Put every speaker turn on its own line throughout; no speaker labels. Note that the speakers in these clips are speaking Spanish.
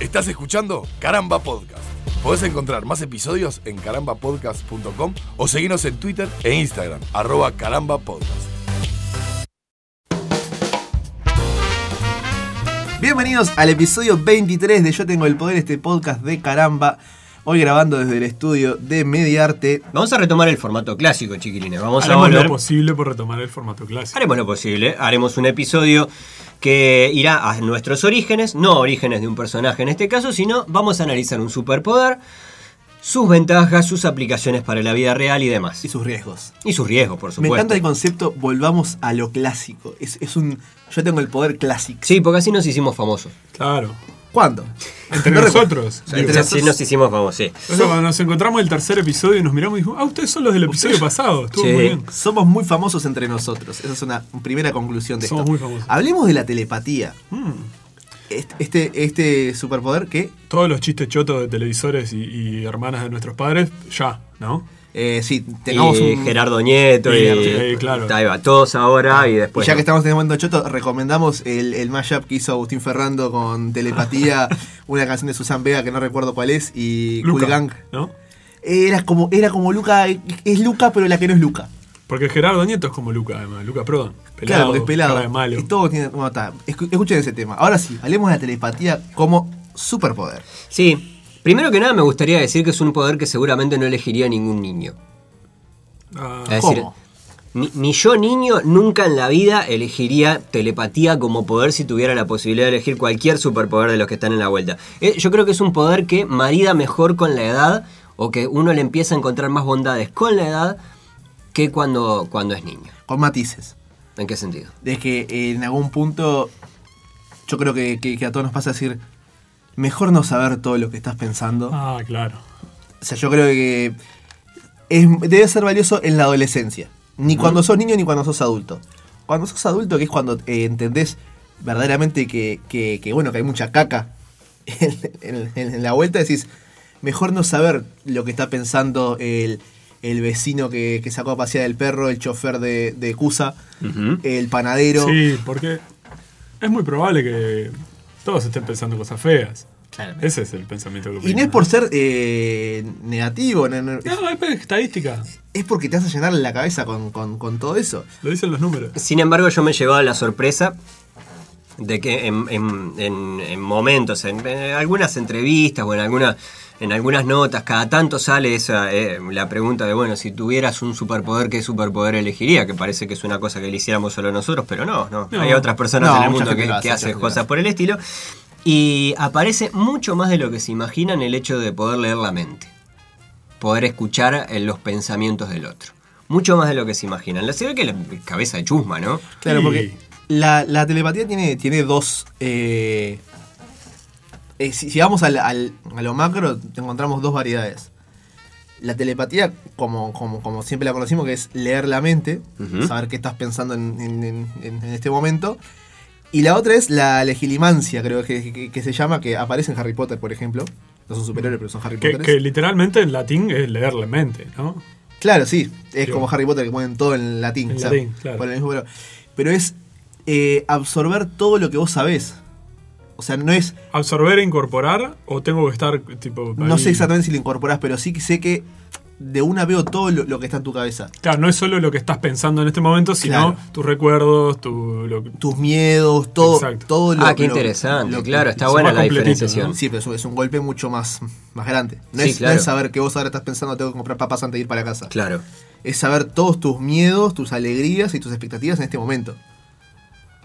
Estás escuchando Caramba Podcast. Podés encontrar más episodios en carambapodcast.com o seguirnos en Twitter e Instagram, arroba carambapodcast.
Bienvenidos al episodio 23 de Yo Tengo el Poder, este podcast de caramba. Hoy grabando desde el estudio de Mediarte.
Vamos a retomar el formato clásico, chiquilines. Vamos a
Haremos
volver.
lo posible por retomar el formato clásico.
Haremos lo posible. Haremos un episodio que irá a nuestros orígenes, no orígenes de un personaje en este caso, sino vamos a analizar un superpoder, sus ventajas, sus aplicaciones para la vida real y demás.
Y sus riesgos.
Y sus riesgos, por
Me encanta
supuesto.
el concepto, volvamos a lo clásico. Es, es un Yo Tengo el Poder clásico.
Sí, porque así nos hicimos famosos.
Claro.
¿Cuándo?
Entre
No recuerdo.
nosotros.
sea, entre
Así
nosotros-
nos hicimos famosos, sí.
O sea, cuando nos encontramos en el tercer episodio y nos miramos y dijimos, ah, ustedes son los del episodio pasado. Estuvo
Sí.
muy bien.
Somos muy famosos entre nosotros. Esa es una primera conclusión de
Somos
esto.
muy famosos.
Hablemos de la telepatía.
Mm.
Este, este, este superpoder que,
Todos los chistes chotos de televisores y, y hermanas de nuestros padres, ya, ¿no?
eh, sí, tengamos
Y
un...
Gerardo Nieto y,
Sí, claro.
ahí va, todos ahora y
Y
después.
ya
no.
que estamos en el momento choto, recomendamos el, el mashup que hizo Agustín Ferrando con Telepatía, una canción de Susan Vega que no recuerdo cuál es, y Cool
Luca,
Gang.
¿no?
Era como, era como Luca, es Luca, pero la que no es Luca.
Porque Gerardo Nieto es como Luca, además. Luca Prodan. Pelado,
claro, porque es pelado.
cara de malo.
Y todo tiene. Bueno, está. Escu- Escuchen ese tema. Ahora sí, hablemos de la telepatía como superpoder.
Sí. Primero que nada, me gustaría decir que es un poder que seguramente no elegiría ningún niño.
Ah,
Es
¿Cómo?
decir, ni, ni yo niño nunca en la vida elegiría telepatía como poder si tuviera la posibilidad de elegir cualquier superpoder de los que están en la vuelta. Eh, yo creo que es un poder que marida mejor con la edad o que uno le empieza a encontrar más bondades con la edad que cuando, cuando es niño.
Con matices.
¿En qué sentido?
de que eh, en algún punto yo creo que, que- que a todos nos pasa decir, mejor no saber todo lo que estás pensando.
ah, claro.
O sea, yo creo que es- debe ser valioso en la adolescencia. Ni cuando sos niño ni cuando sos adulto. Cuando sos adulto, que es cuando eh, entendés verdaderamente que, que- que, bueno, que hay mucha caca en, en- en la vuelta, decís, mejor no saber lo que está pensando el, el vecino que, que sacó a pasear el perro, el chofer de, de Cusa, el panadero.
Sí, porque es muy probable que todos estén pensando cosas feas.
Claramente.
Ese es el pensamiento que
Y no es por ser eh, negativo, no, no,
No, es estadística.
es porque te vas a llenar la cabeza con, con- con todo eso.
Lo dicen los números.
Sin embargo, yo me he llevado la sorpresa de que en, en- en- en momentos, en, en algunas entrevistas o en, alguna- en algunas notas, cada tanto sale esa, eh, la pregunta de, bueno, si tuvieras un superpoder, ¿qué superpoder elegiría? Que parece que es una cosa que le hiciéramos solo nosotros, pero no, no.
No.
Hay otras personas
No,
en el
mucha
mundo
gente
que,
lo hace,
que
mucha
hacen
gente lo
cosas
hace.
por el estilo. Y aparece mucho más de lo que se imaginan el hecho de poder leer la mente poder escuchar eh, los pensamientos del otro. Mucho más de lo que se imaginan. La se ve que la cabeza de chusma, ¿no?
Claro,
Sí.
porque la, la telepatía tiene, tiene dos. eh, eh, si, si vamos al- al- a lo macro, encontramos dos variedades. La telepatía, como, como, como siempre la conocimos, que es leer la mente,
Ujú.
saber qué estás pensando en, en- en- en- en este momento. Y la otra es la legilimancia, creo que, que- que se llama, que aparece en Harry Potter, por ejemplo. No son superiores, pero son Harry
Que,
Potter.
que literalmente en latín es leer la mente, ¿no?
Claro, sí. Es
Digo.
como Harry Potter que ponen todo en latín.
En
o sea,
latín, claro.
por el mismo, pero, pero es eh, absorber todo lo que vos sabés. O sea, no es.
Absorber e incorporar o tengo que estar tipo...
No
ahí?
sé exactamente si lo incorporás, pero sí que sé que de una veo todo lo, lo que está en tu cabeza.
Claro, no es solo lo que estás pensando en este momento, sino
Claro.
tus recuerdos, tu... lo-
Tus miedos, todo,
Exacto.
todo lo
ah, qué
lo-
interesante.
lo que-
claro, está
son
buena
más
la
completitos,
diferenciación.
¿no?
Sí, pero es un- es un golpe mucho más, más grande. No,
Sí,
es, no
claro.
es saber que vos ahora estás pensando tengo que comprar papas antes de ir para casa.
Claro.
Es saber todos tus miedos, tus alegrías y tus expectativas en este momento.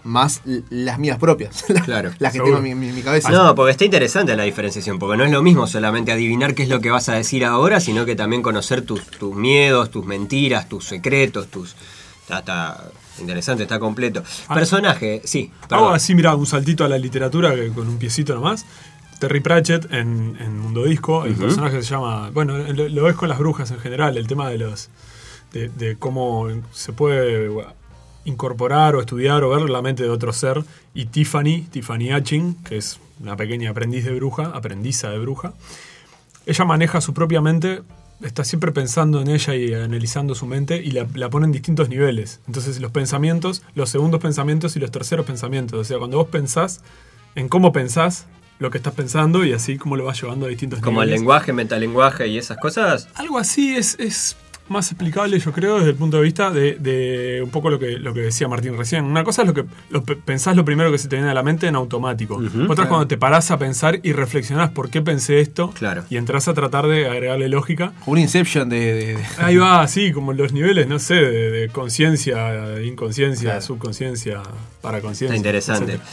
Más l- las mías propias. las-
Claro,
las que
seguro.
tengo en mi, mi- mi cabeza.
No, porque está interesante la diferenciación, porque no es lo mismo solamente adivinar qué es lo que vas a decir ahora, sino que también conocer tus, tus miedos, tus mentiras, tus secretos, tus... Está, está interesante, está completo. Personaje, sí.
Hago
perdón.
así, mirá, un saltito a la literatura que- con un piecito nomás. Terry Pratchett en, en Mundo Disco, el personaje se llama... Bueno, lo, lo ves con las brujas en general, el tema de los... De, de cómo se puede bueno, incorporar o estudiar o ver la mente de otro ser. Y Tiffany, Tiffany Hatching, que es una pequeña aprendiz de bruja, aprendiza de bruja, ella maneja su propia mente, está siempre pensando en ella y analizando su mente y la, la pone en distintos niveles. Entonces los pensamientos, los segundos pensamientos y los terceros pensamientos. O sea, cuando vos pensás en cómo pensás, lo que estás pensando y así cómo lo vas llevando a distintos
Como el
niveles.
lenguaje, metalenguaje y esas cosas.
Algo así es, es más explicable, yo creo, desde el punto de vista de, de un poco lo que, lo que decía Martín recién. Una cosa es lo que lo pe- pensás lo primero que se te viene a la mente en automático. Otra es cuando te parás a pensar y reflexionás por qué pensé esto
Claro.
y entras a tratar de agregarle lógica.
Un Inception de. de- de-
Ahí va, así como los niveles, no sé, de, de conciencia, inconsciencia,
Claro.
subconsciencia, paraconciencia.
Está interesante.
etcétera.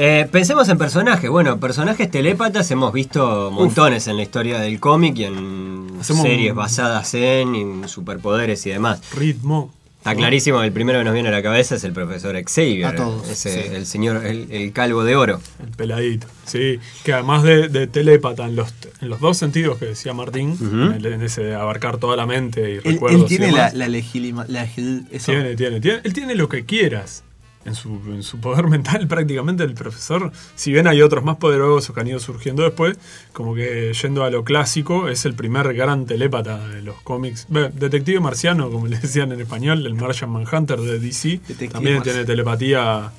Eh, pensemos en personajes. Bueno, personajes telépatas hemos visto montones en la historia del cómic y en
Hacemos
series
un-
basadas en, y en superpoderes y demás.
Ritmo.
Está clarísimo, el primero que nos viene a la cabeza es el profesor Xavier.
A todos,
Ese,
sí.
El señor, el, el calvo de oro.
El peladito, sí. Que además de, de telépata en los, en los dos sentidos que decía Martín, en el- en ese de abarcar toda la mente y
Él,
recuerdos.
él tiene
y
la,
demás,
la legilima- la gil- eso.
tiene, tiene, tiene. Él tiene lo que quieras. En su, en su poder mental prácticamente el profesor, si bien hay otros más poderosos que han ido surgiendo después, como que yendo a lo clásico, es el primer gran telépata de los cómics. Ve, detective marciano, como le decían en español, el Martian Manhunter de DC,
Detective
también
marciano.
tiene telepatía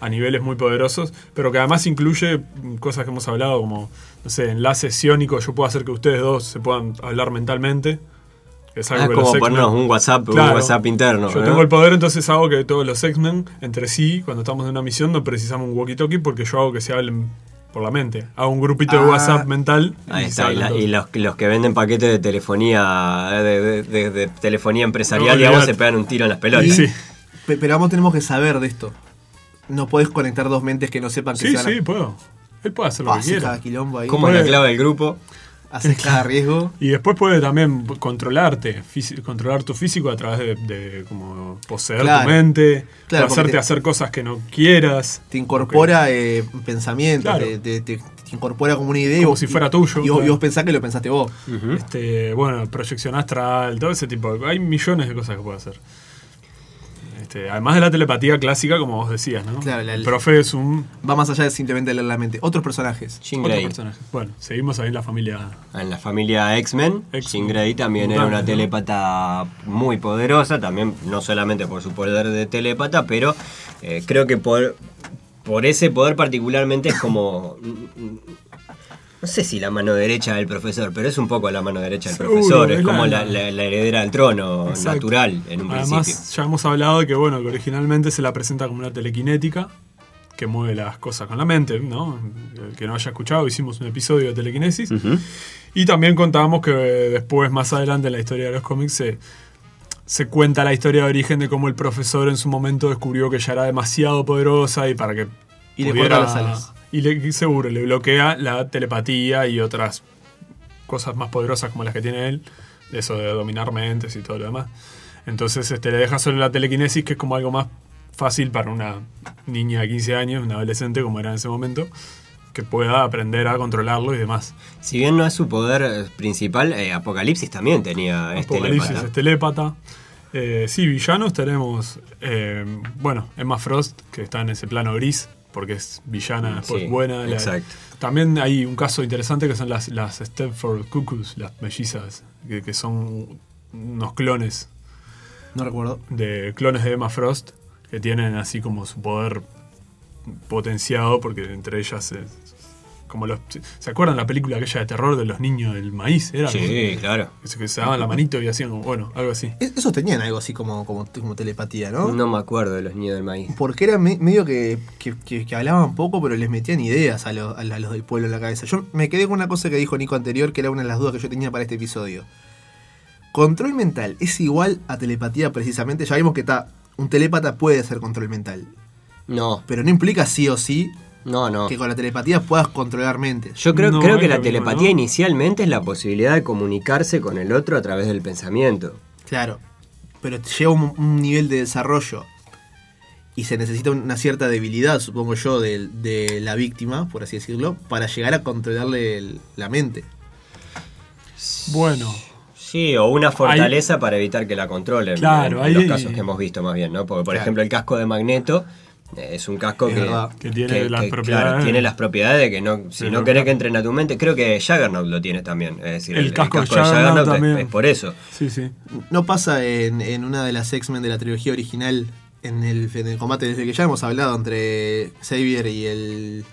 a niveles muy poderosos, pero que además incluye mm, cosas que hemos hablado como, no sé, enlaces iónicos, yo puedo hacer que ustedes dos se puedan hablar mentalmente. que Es algo
Ah,
que
como
los X-Men-
ponernos un WhatsApp, un
Claro.
WhatsApp interno.
Yo
¿no?
tengo el poder, entonces hago que todos los X-Men entre sí, cuando estamos en una misión, no precisamos un walkie-talkie porque yo hago que se hablen por la mente. Hago un grupito
Ah.
de WhatsApp mental.
Ahí
se
está, y,
hablan
la-
todos.
y los, los que venden paquetes de telefonía eh, de, de- de- de telefonía empresarial,
No,
digamos,
olvidate.
se pegan un tiro en las
Y-
pelotas.
sí,
Pe- Pero vamos, tenemos que saber de esto. No podés conectar dos mentes que no sepan que
sí,
se van a-
sí, puedo. Él puede hacer lo
Ah,
que
haces cada
quiera.
quilombo ahí.
¿Cómo es la clave del grupo?
Haces cada riesgo.
Y después puede también controlarte, fisi- controlar tu físico a través de, de como poseer
Claro.
tu mente,
Claro,
o hacerte
porque te-
hacer cosas que no quieras.
Te incorpora eh, pensamientos,
Claro.
te, te- te- te incorpora como una idea. y
Como
vos-
si fuera tuyo,
Y, vos- y
claro.
vos pensás que lo pensaste vos.
Este, bueno, proyección astral, todo ese tipo. de- Hay millones de cosas que puede hacer. Este, además de la telepatía clásica, como vos decías, ¿no?
Claro, la-
el profe es un
Va más allá de simplemente leer la mente. Otros personajes.
Jean
otro
Grey.
personaje. Bueno, seguimos ahí en la familia.
En la familia X-Men,
X-Men.
Jean Grey también era una telépata muy poderosa, también no solamente por su poder de telépata, pero eh, creo que por, por ese poder particularmente es como... No sé si la mano derecha del profesor, pero es un poco la mano derecha del
Seguro,
profesor, es
es la-
como la, la- la heredera del trono
Exacto.
natural en un
Además,
principio.
ya hemos hablado de que, bueno, que originalmente se la presenta como una telequinética que mueve las cosas con la mente, ¿no? El que no haya escuchado, hicimos un episodio de telequinesis. Y también contábamos que eh, después, más adelante en la historia de los cómics, se, se cuenta la historia de origen de cómo el profesor en su momento descubrió que ya era demasiado poderosa y para que.
Y le
pudiera-
corta las alas.
Y le, y seguro, le bloquea la telepatía y otras cosas más poderosas como las que tiene él, de eso de dominar mentes y todo lo demás. Entonces este, le deja solo la telequinesis, que es como algo más fácil para una niña de 15 años, una adolescente como era en ese momento, que pueda aprender a controlarlo y demás.
Si bien no es su poder eh, principal, eh, Apocalipsis también tenía este
Apocalipsis
telépata.
es telépata. Eh, sí, villanos tenemos, eh, bueno, Emma Frost, que está en ese plano gris, porque es villana, después
Mm, Sí,
buena. La-
exacto.
También hay un caso interesante que son las, las Stepford Cuckoos, las mellizas, que, que son unos clones
No recuerdo.
de clones de Emma Frost que tienen así como su poder potenciado porque entre ellas se, como los ¿se acuerdan la película aquella de terror de los niños del maíz? Era
Sí, claro.
Eso que se daban la manito y hacían como, bueno, algo así.
Es- Esos tenían algo así como, como, como telepatía, ¿no?
No me acuerdo de los niños del maíz.
Porque era me- medio que, que- que- que hablaban poco, pero les metían ideas a, los- a la- a los del pueblo en la cabeza. Yo me quedé con una cosa que dijo Nico anterior, que era una de las dudas que yo tenía para este episodio. Control mental es igual a telepatía precisamente. Ya vimos que está, un telépata puede hacer control mental.
No,
Pero no implica sí o sí
no, no.
que con la telepatía puedas controlar mentes.
Yo creo,
No
creo
es
que la
lo mismo,
telepatía
¿no?
inicialmente es la posibilidad de comunicarse con el otro a través del pensamiento.
Claro. Pero te lleva un, un nivel de desarrollo. Y se necesita una cierta debilidad, supongo yo, del- de, la víctima, por así decirlo, para llegar a controlarle el- la mente.
Bueno,
Sí, o una fortaleza para evitar que la controlen.
Claro,
en, en los
ahí-
casos que hemos visto más bien, ¿no? Porque, por
Claro.
ejemplo, el casco de Magneto eh, es un casco
Es
que,
verdad,
que tiene las
claro,
propiedades.
tiene las propiedades de que no, si
Sí,
no
lo-
querés que entrene a tu mente, creo que Juggernaut lo tiene también. Es decir,
El casco de Juggernaut
es-
también.
es por eso.
sí, sí.
No pasa en, en una de las X-Men de la trilogía original, en el, en el combate desde que ya hemos hablado entre Xavier y el.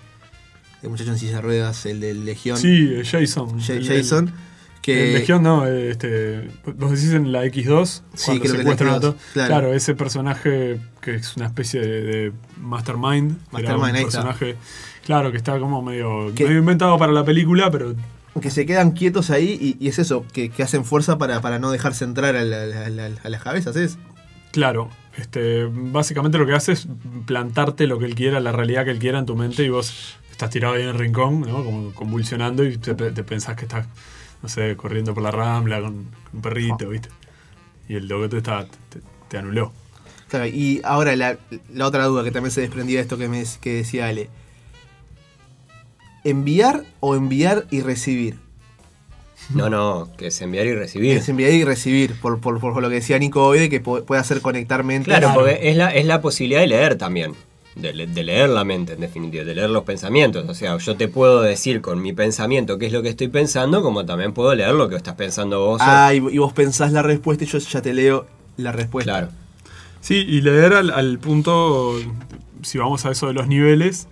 el muchacho en silla de ruedas, el del Legión.
Sí, eh, Jason.
Ja-
El-
Jason. que
El Legión no, eh, este, vos decís en la X2,
Sí,
cuando
creo que
secuestran
la
a
X2,
todos.
claro.
Claro. ese personaje que es una especie de, de Mastermind, que era
Mastermind, ahí
un
está.
personaje, claro, que está como medio,
Que-
medio inventado para la película, pero
que se quedan quietos ahí y, y es eso, que, que hacen fuerza para, para no dejarse entrar a, la- la- la- a las cabezas, ¿es?
claro, este, básicamente lo que hace es plantarte lo que él quiera, la realidad que él quiera en tu mente y vos estás tirado ahí en el rincón, ¿no? como convulsionando y te, te pensás que estás, no sé, corriendo por la rambla con un perrito, ¿viste? Y el loco te, está, te- te anuló.
Claro, y ahora la, la otra duda que también se desprendía de esto que, me, dec- que decía Ale. ¿Enviar o enviar y recibir?
No, no, que es enviar y recibir.
Es enviar y recibir, por, por, por lo que decía Nico hoy, de que po- puede hacer conectar mentes.
Claro, porque es la, es la posibilidad de leer también. De, le- de leer la mente, en definitiva, de leer los pensamientos. O sea, yo te puedo decir con mi pensamiento qué es lo que estoy pensando, como también puevo leer lo que estás pensando vos. o-
Ah, y, y vos pensás la respuesta y yo ya te leo la respuesta.
claro.
Sí, y leer al, al punto, si vamos a eso de los niveles,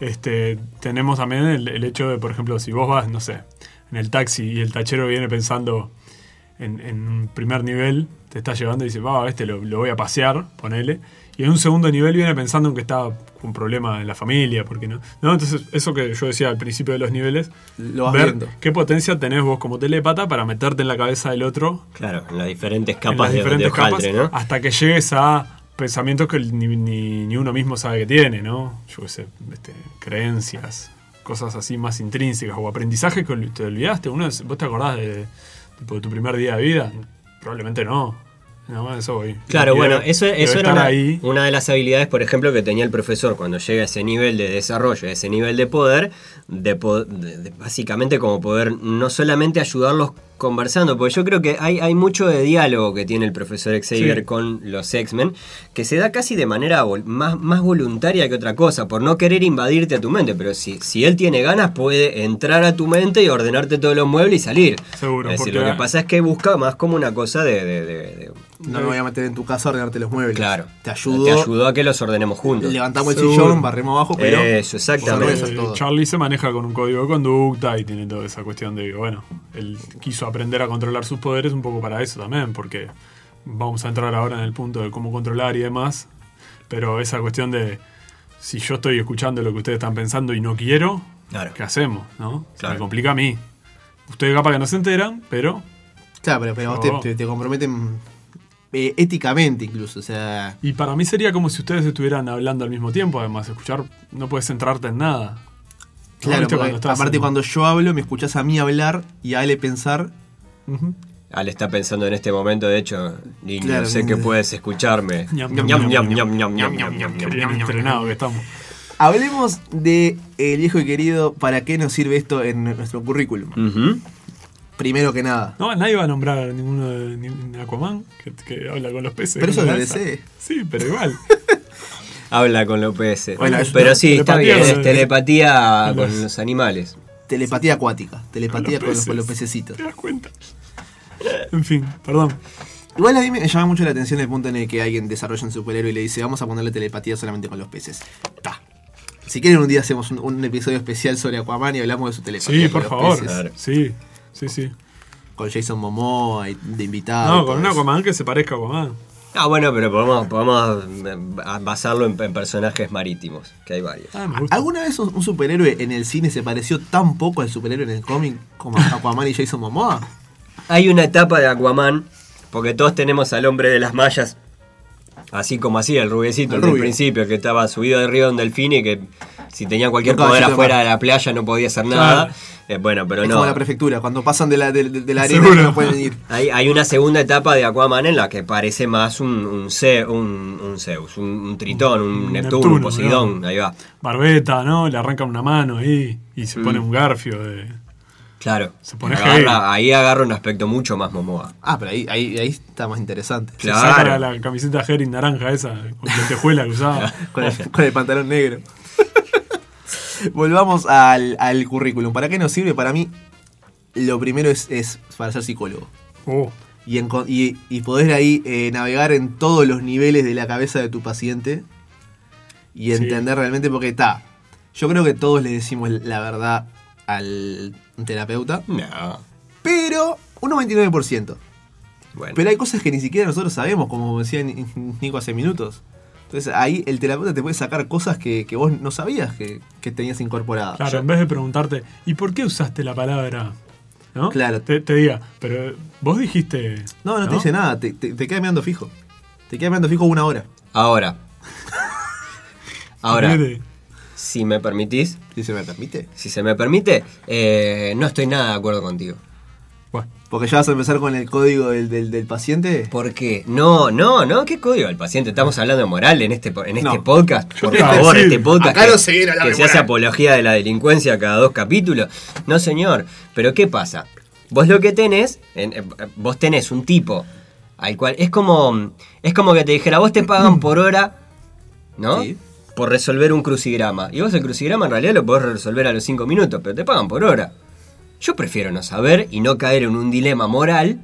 este, tenemos también el, el hecho de, por ejemplo, si vos vas, no sé, en el taxi y el tachero viene pensando en, en un primer nivel, te está llevando y dice, va, este lo, lo voy a pasear, ponele. Y en un segundo nivel viene pensando en que está con problemas en la familia, porque no. No, entonces eso que yo decía al principio de los niveles,
Lo vas
ver
viendo.
qué potencia tenés vos como telépata para meterte en la cabeza del otro
Claro, en las diferentes
en
capas
las
de,
diferentes
de hojaldre,
capas,
¿no?
hasta que llegues a pensamientos que ni, ni- ni uno mismo sabe que tiene, ¿no? Yo qué sé, este, creencias, cosas así más intrínsecas o aprendizajes que ol- te olvidaste. Uno, es- ¿Vos te acordás de, tipo, de tu primer día de vida? Probablemente no. No, bueno, eso voy.
Claro,
Y
bueno,
debe-
eso,
debe
eso era
estar
una,
ahí.
una de las habilidades, por ejemplo, que tenía el profesor cuando llega a ese nivel de desarrollo, a ese nivel de poder, de, po- de- de básicamente como poder no solamente ayudarlos conversando, porque yo creo que hay, hay mucho de diálogo que tiene el profesor Xavier
Sí.
con los X-Men, que se da casi de manera vol- más, más voluntaria que otra cosa, por no querer invadirte a tu mente, pero si, si él tiene ganas puede entrar a tu mente y ordenarte todos los muebles y salir.
Seguro,
Es decir,
porque-
lo que pasa es que busca más como una cosa de- de- de- de
No me voy a meter en tu casa a ordenarte los muebles.
Claro.
Te ayudo.
Te ayudó a que los ordenemos juntos.
Levantamos el
Seguro.
sillón, barremos abajo, pero.
Eso,
Vos
exactamente.
sabés. todo.
Charlie se maneja con un código de conducta y tiene toda esa cuestión de, bueno, él quiso aprender a controlar sus poderes un poco para eso también, porque vamos a entrar ahora en el punto de cómo controlar y demás, pero esa cuestión de si yo estoy escuchando lo que ustedes están pensando y no quiero,
Claro.
¿qué hacemos? ¿No? Se
Claro.
me complica a mí. Ustedes capaz que no se enteran, pero...
Claro, pero, pero vos te,
No.
te- te comprometen eh, éticamente incluso. O sea.
Y para mí sería como si ustedes estuvieran hablando al mismo tiempo, además, escuchar, no puedes centrarte en nada. ¿No?
Claro,
¿Viste?
porque
estás
aparte
en-
cuando yo hablo, me escuchás a mí hablar y a él pensar.
Ujú.
Ale está pensando en este momento, de hecho, niño,
Claro.
sé que puedes escucharme.
Ñam,
Ñam, ñam,
ñam, ñam,
ñam, ñam, ñam, ñam,
Qué
ñam,
bien
ñam, ñam.
entrenado que estamos.
Hablemos de el viejo y querido, ¿para qué nos sirve esto en nuestro currículum?
Ujú.
Primero que nada.
No, nadie va a nombrar a ninguno de ni- ni Aquaman que, que habla con los peces.
Pero eso
con la
es
alza.
DC.
Sí, pero igual.
Habla con los peces.
Bueno, es-
pero sí, está
telepatía
bien,
con
es
los-
telepatía con
con los-
los animales.
Telepatía acuática. Telepatía con los, con los pececitos.
¿Te das cuenta? En fin, perdón.
Igual a mí me llama mucho la atención el punto en el que alguien desarrolla un superhéroe y le dice, vamos a ponerle telepatía solamente con los peces. Ta. Si quieren un día hacemos un, un episodio especial sobre Aquaman y hablamos de su telepatía.
Sí,
con
por
los
favor.
peces.
Claro.
Sí, sí, sí.
Con Jason Momoa y- de invitado. y
No,
todo
con un
eso.
Aquaman que se parezca a Aquaman.
Ah, bueno, pero podemos, podemos eh, basarlo en, en personajes marítimos, que hay varios.
Ah, me gusta.
¿Alguna vez un, un superhéroe en el cine se pareció tan poco al superhéroe en el cómic como a Aquaman y Jason Momoa?
Hay una etapa de Aquaman, porque todos tenemos al hombre de las mallas, así como así, el rubiecito
El
del
rubio.
principio, que estaba subido de río de un delfín y que si tenía cualquier
Tocaba
poder
así,
afuera de
tocaba.
la playa no podía hacer
Claro.
nada. Eh, bueno, pero
es
no.
como la prefectura, cuando pasan de la, de, de- de la arena
Seguro.
no pueden ir.
Hay, hay una segunda etapa de Aquaman en la que parece más un, un, Ce- un- un Zeus, un, un Tritón, un,
Un
Neptuno, un
Neptuno,
Poseidón,
¿no?
ahí va.
Barbeta, ¿no? Le arrancan una mano ahí y
Mm.
se pone un garfio. De...
Claro.
Se pone
Agarra-
heavy.
ahí agarra un aspecto mucho más Momoa.
Ah, pero ahí, ahí, ahí está más interesante.
Se saca
Claro.
la, la camiseta Jerry naranja esa, con lentejuela que usaba.
Con el, con el pantalón negro. Volvamos al, al currículum. ¿Para qué nos sirve? Para mí, lo primero es, es para ser psicólogo.
Oh,
Y, enco- y, y poder ahí eh, navegar en todos los niveles de la cabeza de tu paciente y
Sí.
entender realmente porque está. Yo creo que todos le decimos la verdad al terapeuta,
No.
pero un 99%.
Bueno.
Pero hay cosas que ni siquiera nosotros sabemos, como decía Ni- Nico hace minutos. Entonces ahí el terapeuta te puede sacar cosas que, que vos no sabías que, que tenías incorporadas.
Claro, en vez de preguntarte, ¿y por qué usaste la palabra? ¿No?
Claro.
Te, te diga, pero vos dijiste.
No, no, te dice nada, te, te, te queda mirando fijo. Te queda mirando fijo una hora.
Ahora. Ahora,
Mire,
si me permitís,
Si se me permite.
si se me permite, eh, no estoy nada de acuerdo contigo.
Bueno,
Porque ya vas a empezar con el código del, del- del paciente.
¿Por qué? No, no, no, ¿qué código al paciente? Estamos hablando de moral en este, po- en este
No.
podcast. Por
te iba a
favor,
decir,
este podcast
acá no se viene a hablar
que
de
se hace
moral.
apología de la delincuencia cada dos capítulos. No, señor, pero ¿qué pasa? Vos lo que tenés, en- eh, vos tenés un tipo al cual es como es como que te dijera, vos te pagan por hora, ¿no?
Sí.
Por resolver un crucigrama. Y vos el crucigrama en realidad lo podés resolver a los cinco minutos, pero te pagan por hora. Yo prefiero no saber y no caer en un dilema moral.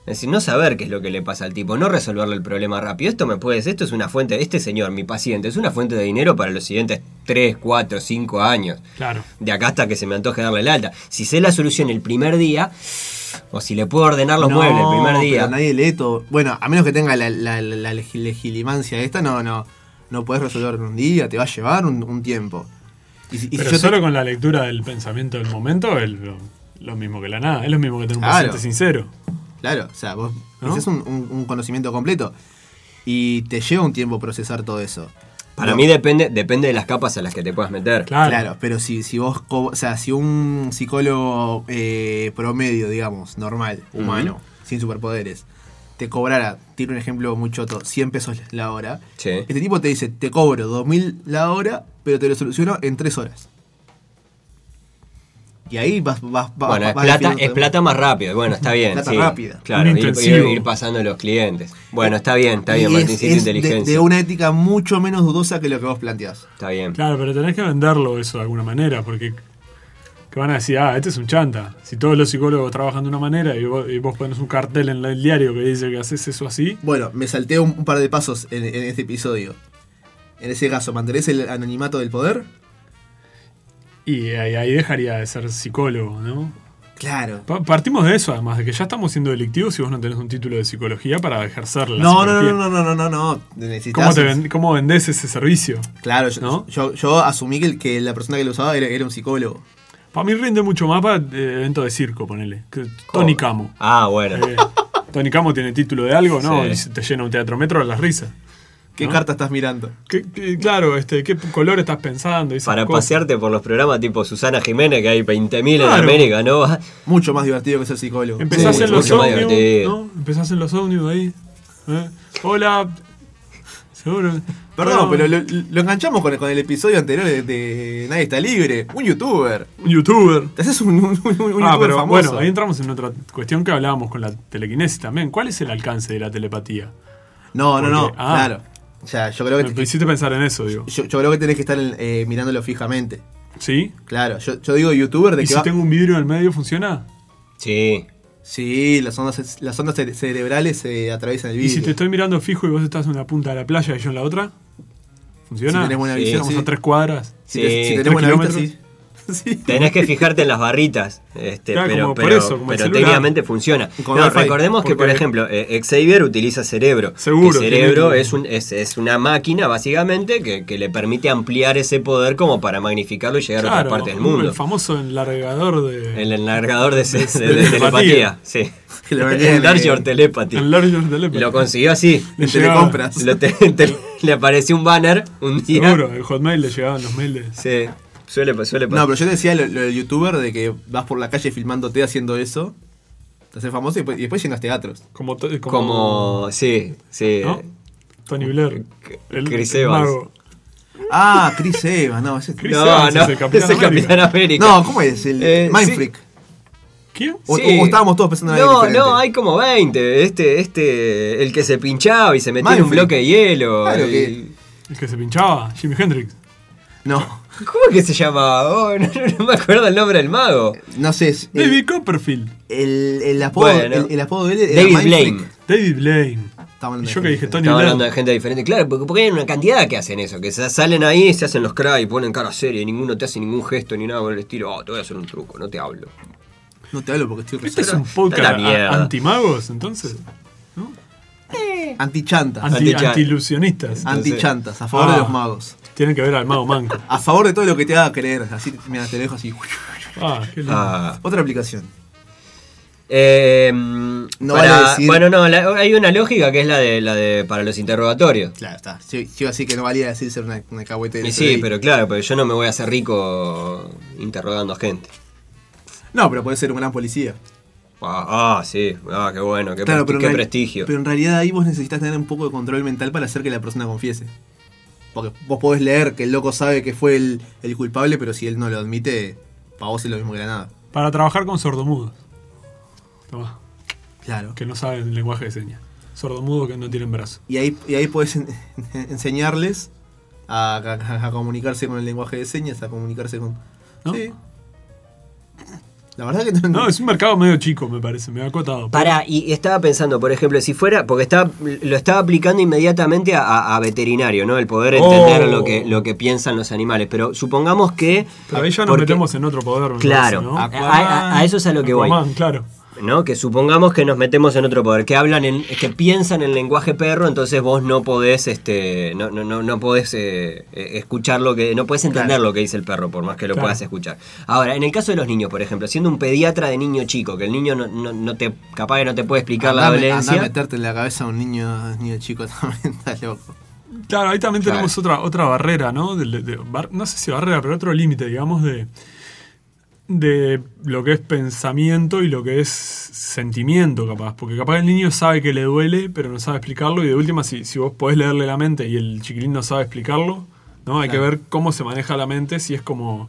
Es decir, no saber qué es lo que le pasa al tipo, no resolverle el problema rápido. Esto me puedes, esto es una fuente, este señor, mi paciente, es una fuente de dinero para los siguientes 3, 4, 5 años.
claro.
De acá hasta que se me antoje darle el alta. Si sé la solución el primer día, o si le puedo ordenar los
No,
muebles el primer día.
Pero nadie lee todo. Bueno, a menos que tenga la, la, la- la legi- legilimancia esta, no, no. No puedes resolverlo en un día, te va a llevar un, un tiempo. Y, si- y si
Pero
yo te-
solo con la lectura del pensamiento del momento es lo, lo mismo que la nada. Es lo mismo que tener un
Claro.
paciente sincero.
Claro, o sea, vos
¿No?
es un, un- un conocimiento completo. Y te lleva un tiempo procesar todo eso.
Para
No,
mí depende, depende de las capas a las que te puedas meter.
Claro.
Claro, pero si, si vos, co- o sea, si un psicólogo eh, promedio, digamos, normal, humano, sin superpoderes, te cobrara, tiene un ejemplo muy choto, 100 pesos la hora,
Sí.
este tipo te dice, te cobro 2000 la hora, pero te lo soluciono en 3 horas. Y ahí vas, vas, vas-
Bueno, es
vas
plata,
definiendo
es
todo.
plata más rápido, bueno, está bien.
Plata
sí.
rápida. Eh,
Claro,
Un
ir,
intensivo.
ir- ir pasando los clientes. Bueno, está bien, está
Y
bien,
es-
Martín, sí, tu
es de-
inteligencia.
de una ética mucho menos dudosa que lo que vos planteás.
Está bien.
Claro, pero tenés que venderlo eso de alguna manera, porque que van a decir, ah, este es un chanta. Si todos los psicólogos trabajan de una manera y vos, y vos pones un cartel en el diario que dice que haces eso así,
Bueno, me salté un, un par de pasos en, en este episodio. En ese caso, ¿mantenés el anonimato del poder?
y ahí, ahí dejaría de ser psicólogo, ¿no?
Claro.
Pa- partimos de eso, además, de que ya estamos siendo delictivos si vos no tenés un título de psicología para ejercer la
No, no,
psicología.
no, no, no, no, no, no. Necesitas-
¿Cómo, te ven- cómo vendés ese servicio?
Claro, yo,
¿No?
yo, yo asumí que, el- que la persona que lo usaba era, era un psicólogo.
Para mí rinde mucho más para eh, evento de circo, ponele. Que Tony Camo.
Ah, bueno.
Eh, Tony Camo tiene título de algo, ¿no?
Sí.
Y se te llena un teatro metro de las risas.
¿Qué
¿No?
carta estás mirando?
¿Qué- qué- claro, este, ¿qué color estás pensando? Y esas
Para
cosas.
pasearte por los programas tipo Susana Jiménez, que hay 20.000 en
Claro.
América, ¿no? Vas-
Mucho más divertido que ser psicólogo.
Empezás
Sí,
en los
mucho más
ómnibus,
divertido.
¿no? Empezás en los ómnibus ahí. ¿eh? Hola. Seguro.
Perdón,
Hola.
pero lo, lo enganchamos con el, con el episodio anterior de, de Nadie está libre. Un youtuber.
Un youtuber.
Te haces un, un- un- un youtuber
ah, pero
famoso.
bueno, ahí entramos en otra cuestión que hablábamos con la telequinesis también. ¿Cuál es el alcance de la telepatía?
no, no, no.
Porque- ah.
Claro. O sea, yo creo que,
Me hiciste pensar en eso, digo.
yo, yo creo que tenés que estar eh, mirándolo fijamente.
¿Sí?
Claro, yo, yo digo youtuber de
¿Y
que
si
va-
tengo un vidrio en el medio funciona?
Sí.
Sí, las ondas, las ondas cere- cerebrales se atraviesan el
¿Y si te
vidrio.
estoy mirando fijo y vos estás en la punta de la playa y yo en la otra? ¿Funciona?
Si tenés buena
Sí,
visión,
Estamos
sí.
a tres cuadras.
Si, te-
Sí,
si tenés
tres
buena vista, sí.
kilómetros.
Sí.
Tenés que fijarte en las barritas. Este,
Claro,
pero
como por
pero-
eso, como el
pero
celular.
técnicamente funciona.
Con
No,
Wi-Fi,
recordemos que, por
porque-
ejemplo, eh, Xavier utiliza cerebro.
Seguro,
Que cerebro
tiene-
es, un, es, es una máquina, básicamente, que, que le permite ampliar ese poder como para magnificarlo y llegar a otras partes del mundo.
El famoso enlargador de.
El enlargador de, ce- de- de
telepatía.
telepatía. Sí.
Que lo vendían
El Dark
en-
Your Telepathy.
enlargador de Leopard.
Lo consiguió así.
Le
en
llegaba-
telecompras.
Lo te- te- le apareció un banner un día.
Seguro, el Hotmail le llegaban los mails. de-
Sí, suele, suele
No,
pasar.
pero yo te decía lo, lo del youtuber de que vas por la calle filmándote haciendo eso. Te haces famoso y después, y después llenas teatros.
Como, to- como,
como, sí, sí.
¿no? Tony Blair.
C-
El,
Chris
el
Evans.
mago.
Ah, Chris Evans, no, ese-
Chris-
No,
Evans
no,
es el Capitán
es el Capitán América.
No, ¿cómo es? El
Eh,
Mind
sí.
Freak.
¿Quién?
O- o estábamos todos pensando en algo
No,
diferente.
no, hay como 20. Este, este, el que se pinchaba y se metía en un
Manfred.
bloque de hielo.
Claro
y-
que-
El que se pinchaba, Jimi Hendrix.
No,
¿Cómo es que se llamaba? Oh, no, no- no me acuerdo el nombre del mago.
no sé. es- El,
David Copperfield.
el, el apodo,
Bueno.
el, el apodo de él era
David
Mind
Blaine.
Freak.
David Blaine.
Estamos hablando
Y yo
de
que
gente
dije,
diferente.
Tony
Estamos hablando
Blair.
de gente diferente. Claro, porque, porque hay una cantidad que hacen eso, que sa- salen ahí, se hacen los cry, ponen cara seria y ninguno te hace ningún gesto ni nada por el estilo. Oh, te voy a hacer un truco, no te hablo.
No te hablo porque estoy
Este es
rosado.
un podcast
la mierda.
a- antimagos, entonces.
Eh. Antichantas.
Anti,
Anticha-
antilusionistas.
Antichantas, a favor
Ah.
de los magos.
Tienen que ver al mago manco.
A favor de todo lo que te haga creer. Así, mira, te lo dejo así.
Ah, qué lindo.
Ah,
Otra aplicación.
eh, no
vale decir-
Bueno, no, la- hay una lógica que es la de, la de para los interrogatorios.
Claro, está. Yo, yo así que no valía decir ser una, una cahuete
Y sí, pero claro, pero yo no me voy a hacer rico interrogando a gente.
No, pero puede ser un gran policía.
Ah, ah, sí, ah, qué bueno, qué,
claro,
presti-
pero en
qué
real-
prestigio.
Pero en realidad ahí vos necesitas tener un poco de control mental para hacer que la persona confiese. Porque vos podés leer que el loco sabe que fue el, el culpable, pero si él no lo admite, para vos es lo mismo que la nada.
Para trabajar con sordomudos. Tomá,
Claro.
que no saben lenguaje de señas. Sordomudos que no tienen brazo.
Y ahí, y ahí podés en- enseñarles a, a- a comunicarse con el lenguaje de señas, a comunicarse con.
¿No?
Sí. La verdad que no.
No, es un mercado medio chico, me parece, me ha acotado.
Para, y estaba pensando, por ejemplo, si fuera, porque estaba, lo estaba aplicando inmediatamente a, a- a veterinario, ¿no? El poder entender
Oh.
lo, que, lo que piensan los animales. Pero supongamos que.
Pero ahí ya nos
porque-
metemos en otro poder. me
Claro,
parece, ¿no?
a- a- a eso es a lo que voy.
Aquaman, claro.
¿no? Que supongamos que nos metemos en otro poder, que hablan en, que piensan en lenguaje perro, entonces vos no podés, este, no, no, no, no podés eh, eh, escuchar lo que, no podés entender
Claro.
lo que dice el perro, por más que lo
Claro.
puedas escuchar. Ahora, en el caso de los niños, por ejemplo, siendo un pediatra de niño chico, que el niño no, no- no te, capaz que no te puede explicar
Andá a
la
me- andá a
dolencia.
meterte en la cabeza a un niño, niño chico también, está loco.
Claro, ahí también
Claro.
tenemos otra, otra barrera, ¿no? De- de- de- bar- no sé si barrera, pero otro límite, digamos, de, de lo que es pensamiento y lo que es sentimiento, capaz. Porque capaz el niño sabe que le duele, pero no sabe explicarlo. Y de última, si, si vos podés leerle la mente y el chiquilín no sabe explicarlo, ¿no? Hay que ver cómo se maneja la mente, si es como,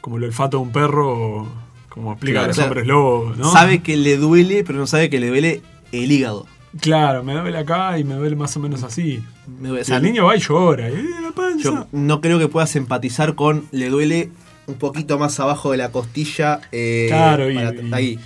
como el olfato de un perro, o como explica
Claro.
los
O sea,
hombres lobos, ¿no?
Sabe que le duele, pero no sabe que le duele el hígado.
Claro, me duele acá y me duele más o menos así.
Me duele- o
Y
sea,
el niño va y llora. y, "Eh, la panza".
yo no creo que puedas empatizar con le duele un poquito más abajo de la costilla. eh,
Claro, y-
para-
y-
ahí.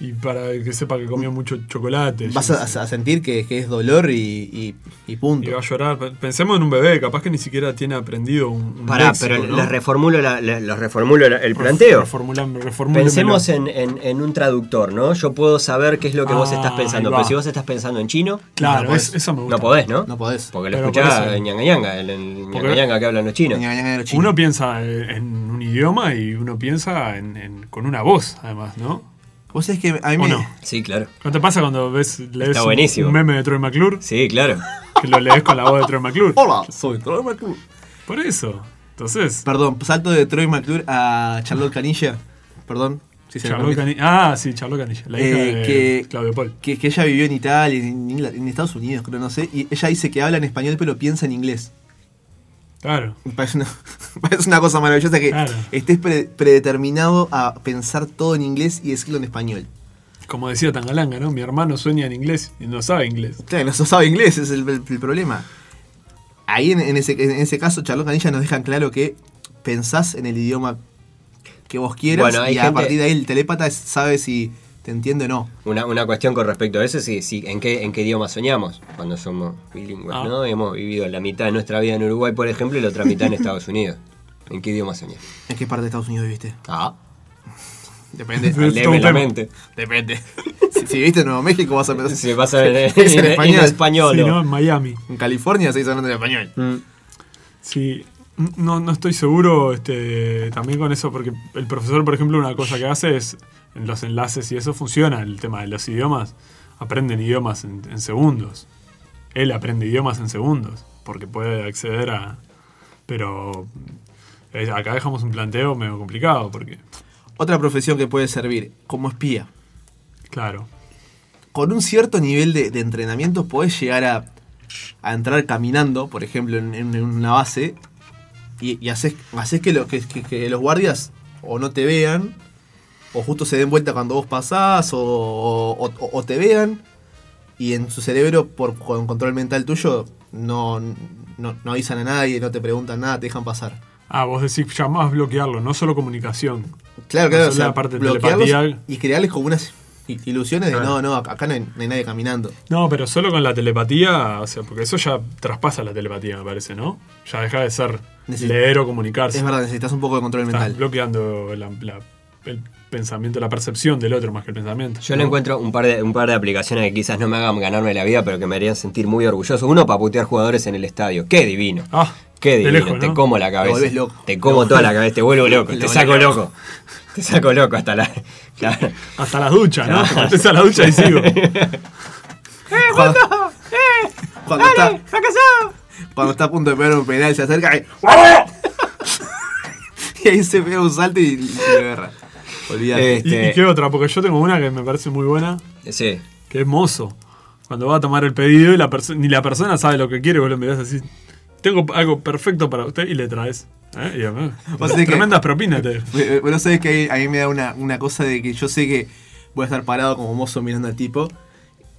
Y para que sepa que comió mucho chocolate. yo
Vas
qué
a,
sé.
a sentir que, que es dolor y, y- y punto.
Y va a llorar. Pensemos en un bebé, capaz que ni siquiera tiene aprendido un. un
Pará,
léxico,
pero
¿no?
les reformulo, la- les- les reformulo la- el planteo.
Reformulam- reformúlemelo.
Pensemos en, en- en un traductor, ¿no? Yo puedo saber qué es lo que vos
Ah,
estás pensando,
ahí va.
pero si vos estás pensando en chino,
Claro,
No podés.
es- eso me gusta.
no podés, ¿no?
No podés.
Porque lo
Pero
escuchás
por eso-
en ñanga ñanga, en el
Porque-
ñanga ñanga que hablan los chinos.
Ña, ña, ña, los chinos.
Uno piensa eh, en un idioma y uno piensa en- en- con una voz, además, ¿no?
Vos sabés que a mí
¿O
me-
no?
Sí, claro.
¿No te pasa cuando ves, lees
Está
un-
buenísimo.
un meme de Troy McClure?
Sí, claro.
Que lo lees con la voz de Troy McClure.
Hola, soy Troy McClure.
Por eso. Entonces.
Perdón, salto de Troy McClure a Charlotte Canilla. Perdón, si se me
Charlotte
permite.
Cani- ah, sí, Charlotte Canilla, la hija
Eh,
de
que-
Claudio Paul.
que, que ella vivió en Italia, en, Ingla- en Estados Unidos, creo, no sé. Y ella dice que habla en español, pero piensa en inglés.
Claro.
Me parece una, me parece una cosa maravillosa que
Claro.
estés pre- predeterminado a pensar todo en inglés y decirlo en español.
Como decía Tangalanga, ¿no? Mi hermano sueña en inglés y no sabe inglés.
Claro, no sabe inglés, ese es el, el- el problema. Ahí en, en ese, en ese caso, Charlotte Canilla nos dejan claro que pensás en el idioma que vos quieras
Bueno, hay
y a
gente-
partir de ahí el telépata es- sabe si te entiende o no.
Una, una cuestión con respecto a eso, sí, sí, ¿en qué, en qué idioma soñamos cuando somos bilingües,
Ah.
¿no? Hemos vivido la mitad de nuestra vida en Uruguay, por ejemplo, y la otra mitad en Estados Unidos. ¿En qué idioma soñás?
¿En qué parte de Estados Unidos viviste?
Ah,
Depende.
Es todo
léeme
un
la
tema.
mente.
Depende. si, si viviste en Nuevo México vas a pensar.
Se pasa en, en,
Es en
en
español.
español.
Sí,
¿no?
¿no? En Miami.
En California seguís hablando en español.
Mm.
Sí, no, no estoy seguro este, también con eso, porque el profesor, por ejemplo, una cosa que hace es, en los enlaces y eso funciona, el tema de los idiomas, aprenden idiomas en, en segundos. Él aprende idiomas en segundos, porque puede acceder a... Pero eh, acá dejamos un planteo medio complicado, porque,
Otra profesión que puede servir, como espía.
claro,
Con un cierto nivel de, de entrenamiento podés llegar a, a entrar caminando, por ejemplo, en, en una base, y, y haces, haces que, lo- que- que- que los guardias o no te vean, o justo se den vuelta cuando vos pasás, o, o- o- o te vean, y en su cerebro, por con control mental tuyo, no, no, no avisan a nadie, no te preguntan nada, te dejan pasar.
Ah, vos decís ya más bloquearlo, no solo comunicación.
Claro,
No
claro,
solo
o sea,
la parte de
bloquearlos
telepatía.
y crearles como una, i- ilusiones de no, no, acá no hay, no hay nadie caminando.
No, pero solo con la telepatía, o sea, porque eso ya traspasa la telepatía, me parece, ¿no? Ya deja de ser
Necesi-
leer o comunicarse.
Es verdad, necesitas un poco de control
Estás
mental.
bloqueando la- la- el pensamiento, la percepción del otro más que el pensamiento.
Yo le encuentro un par, de, un par de aplicaciones que quizás no me hagan ganarme la vida, pero que me harían sentir muy orgulloso. Uno, para putear jugadores en el estadio. ¡Qué divino!
Ah,
¡Qué
de
divino!
lejos,
Te
¿no?
como la cabeza.
volvés loco.
Te como toda la cabeza, te vuelvo loco,
Lo
te
volvés
saco
loco.
loco. Te saco loco hasta la. Claro.
Hasta las duchas, ¿no? Te metes a la ducha y sigo.
Cuando,
eh,
cuando está, cuando está a punto de pegar un penal, se acerca y. y ahí se pega un salto y, y lo agarra. Eh, Olvídate.
¿Y,
Este,
y qué otra? Porque yo tengo una que me parece muy buena,
Sí.
que es mozo. Cuando va a tomar el pedido y la perso- ni la persona sabe lo que quiere, vos lo mirás así. Tengo algo perfecto para usted y le traes. ¿Eh? Y, además,
Vos sabés que-
tremendas propinas. te-
Pero pero eh, sabes que ahí- a mí me da una, una cosa de que yo sé que voy a estar parado como mozo mirando al tipo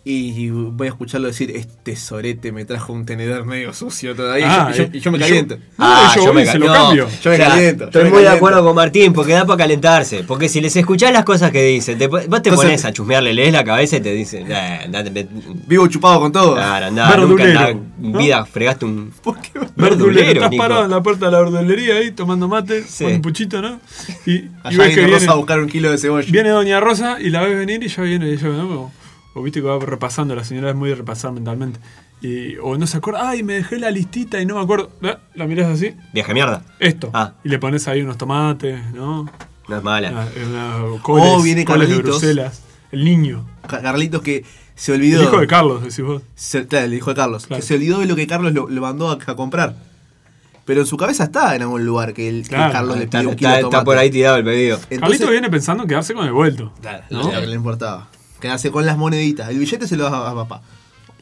y voy a escucharlo decir, este sorete me trajo un tenedor medio sucio todavía
Ah,
y, yo,
eh,
y yo me
y yo-
caliento.
No,
Ah,
yo voy y se lo
no,
cambio.
Yo me caliento, yo
Estoy
me
muy de
caliento.
acuerdo con Martín, porque da para calentarse. Porque si les escuchás las cosas que dicen, te, vos te
Entonces-
pones a chusmearle, lees la cabeza y te dicen, "Nah, andate, ve-
Vivo chupado con todo.
claro, andá,
Verdulero,
nunca andá, en
¿no?
vida fregaste un
¿Por qué?
verdulero.
Estás
Nico.
parado en la puerta de la verdulería ahí tomando mate,
Sí.
con un puchito, ¿no? Y, y
Allá
ves que
viene
viene,
Rosa a buscar un kilo de cebolla.
viene Doña Rosa y la ves venir y ya viene. Y ella, ¿no? O, o viste que va repasando, la señora es muy de repasar mentalmente. Y, o no se acuerda, ay, me dejé la listita y no me acuerdo. La, la mirás así,
Vieja mierda.
esto.
Ah.
Y le pones ahí unos tomates, ¿no?
No es mala.
Una- una- coles,
Oh, viene
coles de
Carlitos.
Bruselas. El niño.
Ca- Carlitos que se
El
olvidó.
hijo de Carlos, decís vos.
Se- claro, el hijo de Carlos.
Claro.
Que se olvidó de lo que Carlos lo, lo mandó a, a comprar. Pero en su cabeza está en algún lugar que, el, que
Claro,
Carlos le
Está,
pidió un
está-
kilo de
está
tomate.
por ahí tirado el pedido.
Entonces-
Carlitos viene pensando en quedarse con el vuelto.
Claro,
¿no?
lo que le importaba. Quedarse con las moneditas. El billete se lo das a, a papá.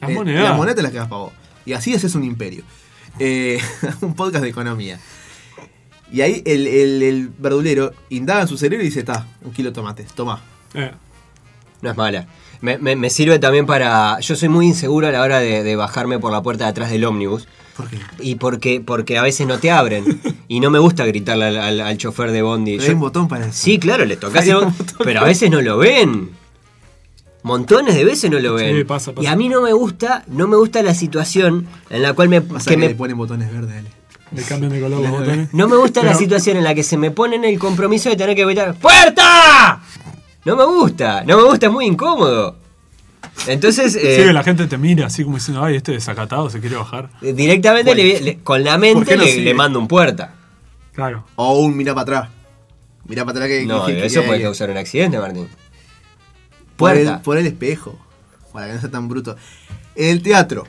Las
Eh,
monedas.
Las monedas te las quedas para vos. Y así es, es un imperio. Eh, un podcast de economía. Y ahí el, el- el verdulero indaga en su cerebro y dice, está, un kilo de tomates, toma.
Eh,
No es mala. Me, me- me sirve también para. Yo soy muy inseguro a la hora de, de bajarme por la puerta de atrás del ómnibus.
¿Por qué?
Y porque, porque a veces no te abren. y no me gusta gritarle al, al- al chofer de Bondi.
Pero
Yo-
hay un botón para eso.
Sí, claro, le tocás
Hay
el
un
bot-
montón.
Pero a veces no lo ven. Montones de veces no lo ven.
Sí, pasa, pasa.
Y a mí no me gusta, no me gusta la situación en la cual me.
Pasa
que
que,
me-
le ponen botones verdes, dale.
le cambian de color los botones.
no me gusta la
Pero-
situación en la que se me ponen el compromiso de tener que gritar ¡Puerta! No me gusta, no me gusta, es muy incómodo. Entonces,
Sí,
eh,
la gente te mira así como diciendo, ay, este desacatado se quiere bajar.
directamente le- le- con la mente
qué no
le,
sigue?
le mando un puerta.
Claro.
O un mira para atrás. Mira para atrás que...
No,
que- que-
eso
que-
puede
que-
causar un accidente, Martín.
por el,
Puerta.
por el espejo. Para que no sea tan bruto. El teatro.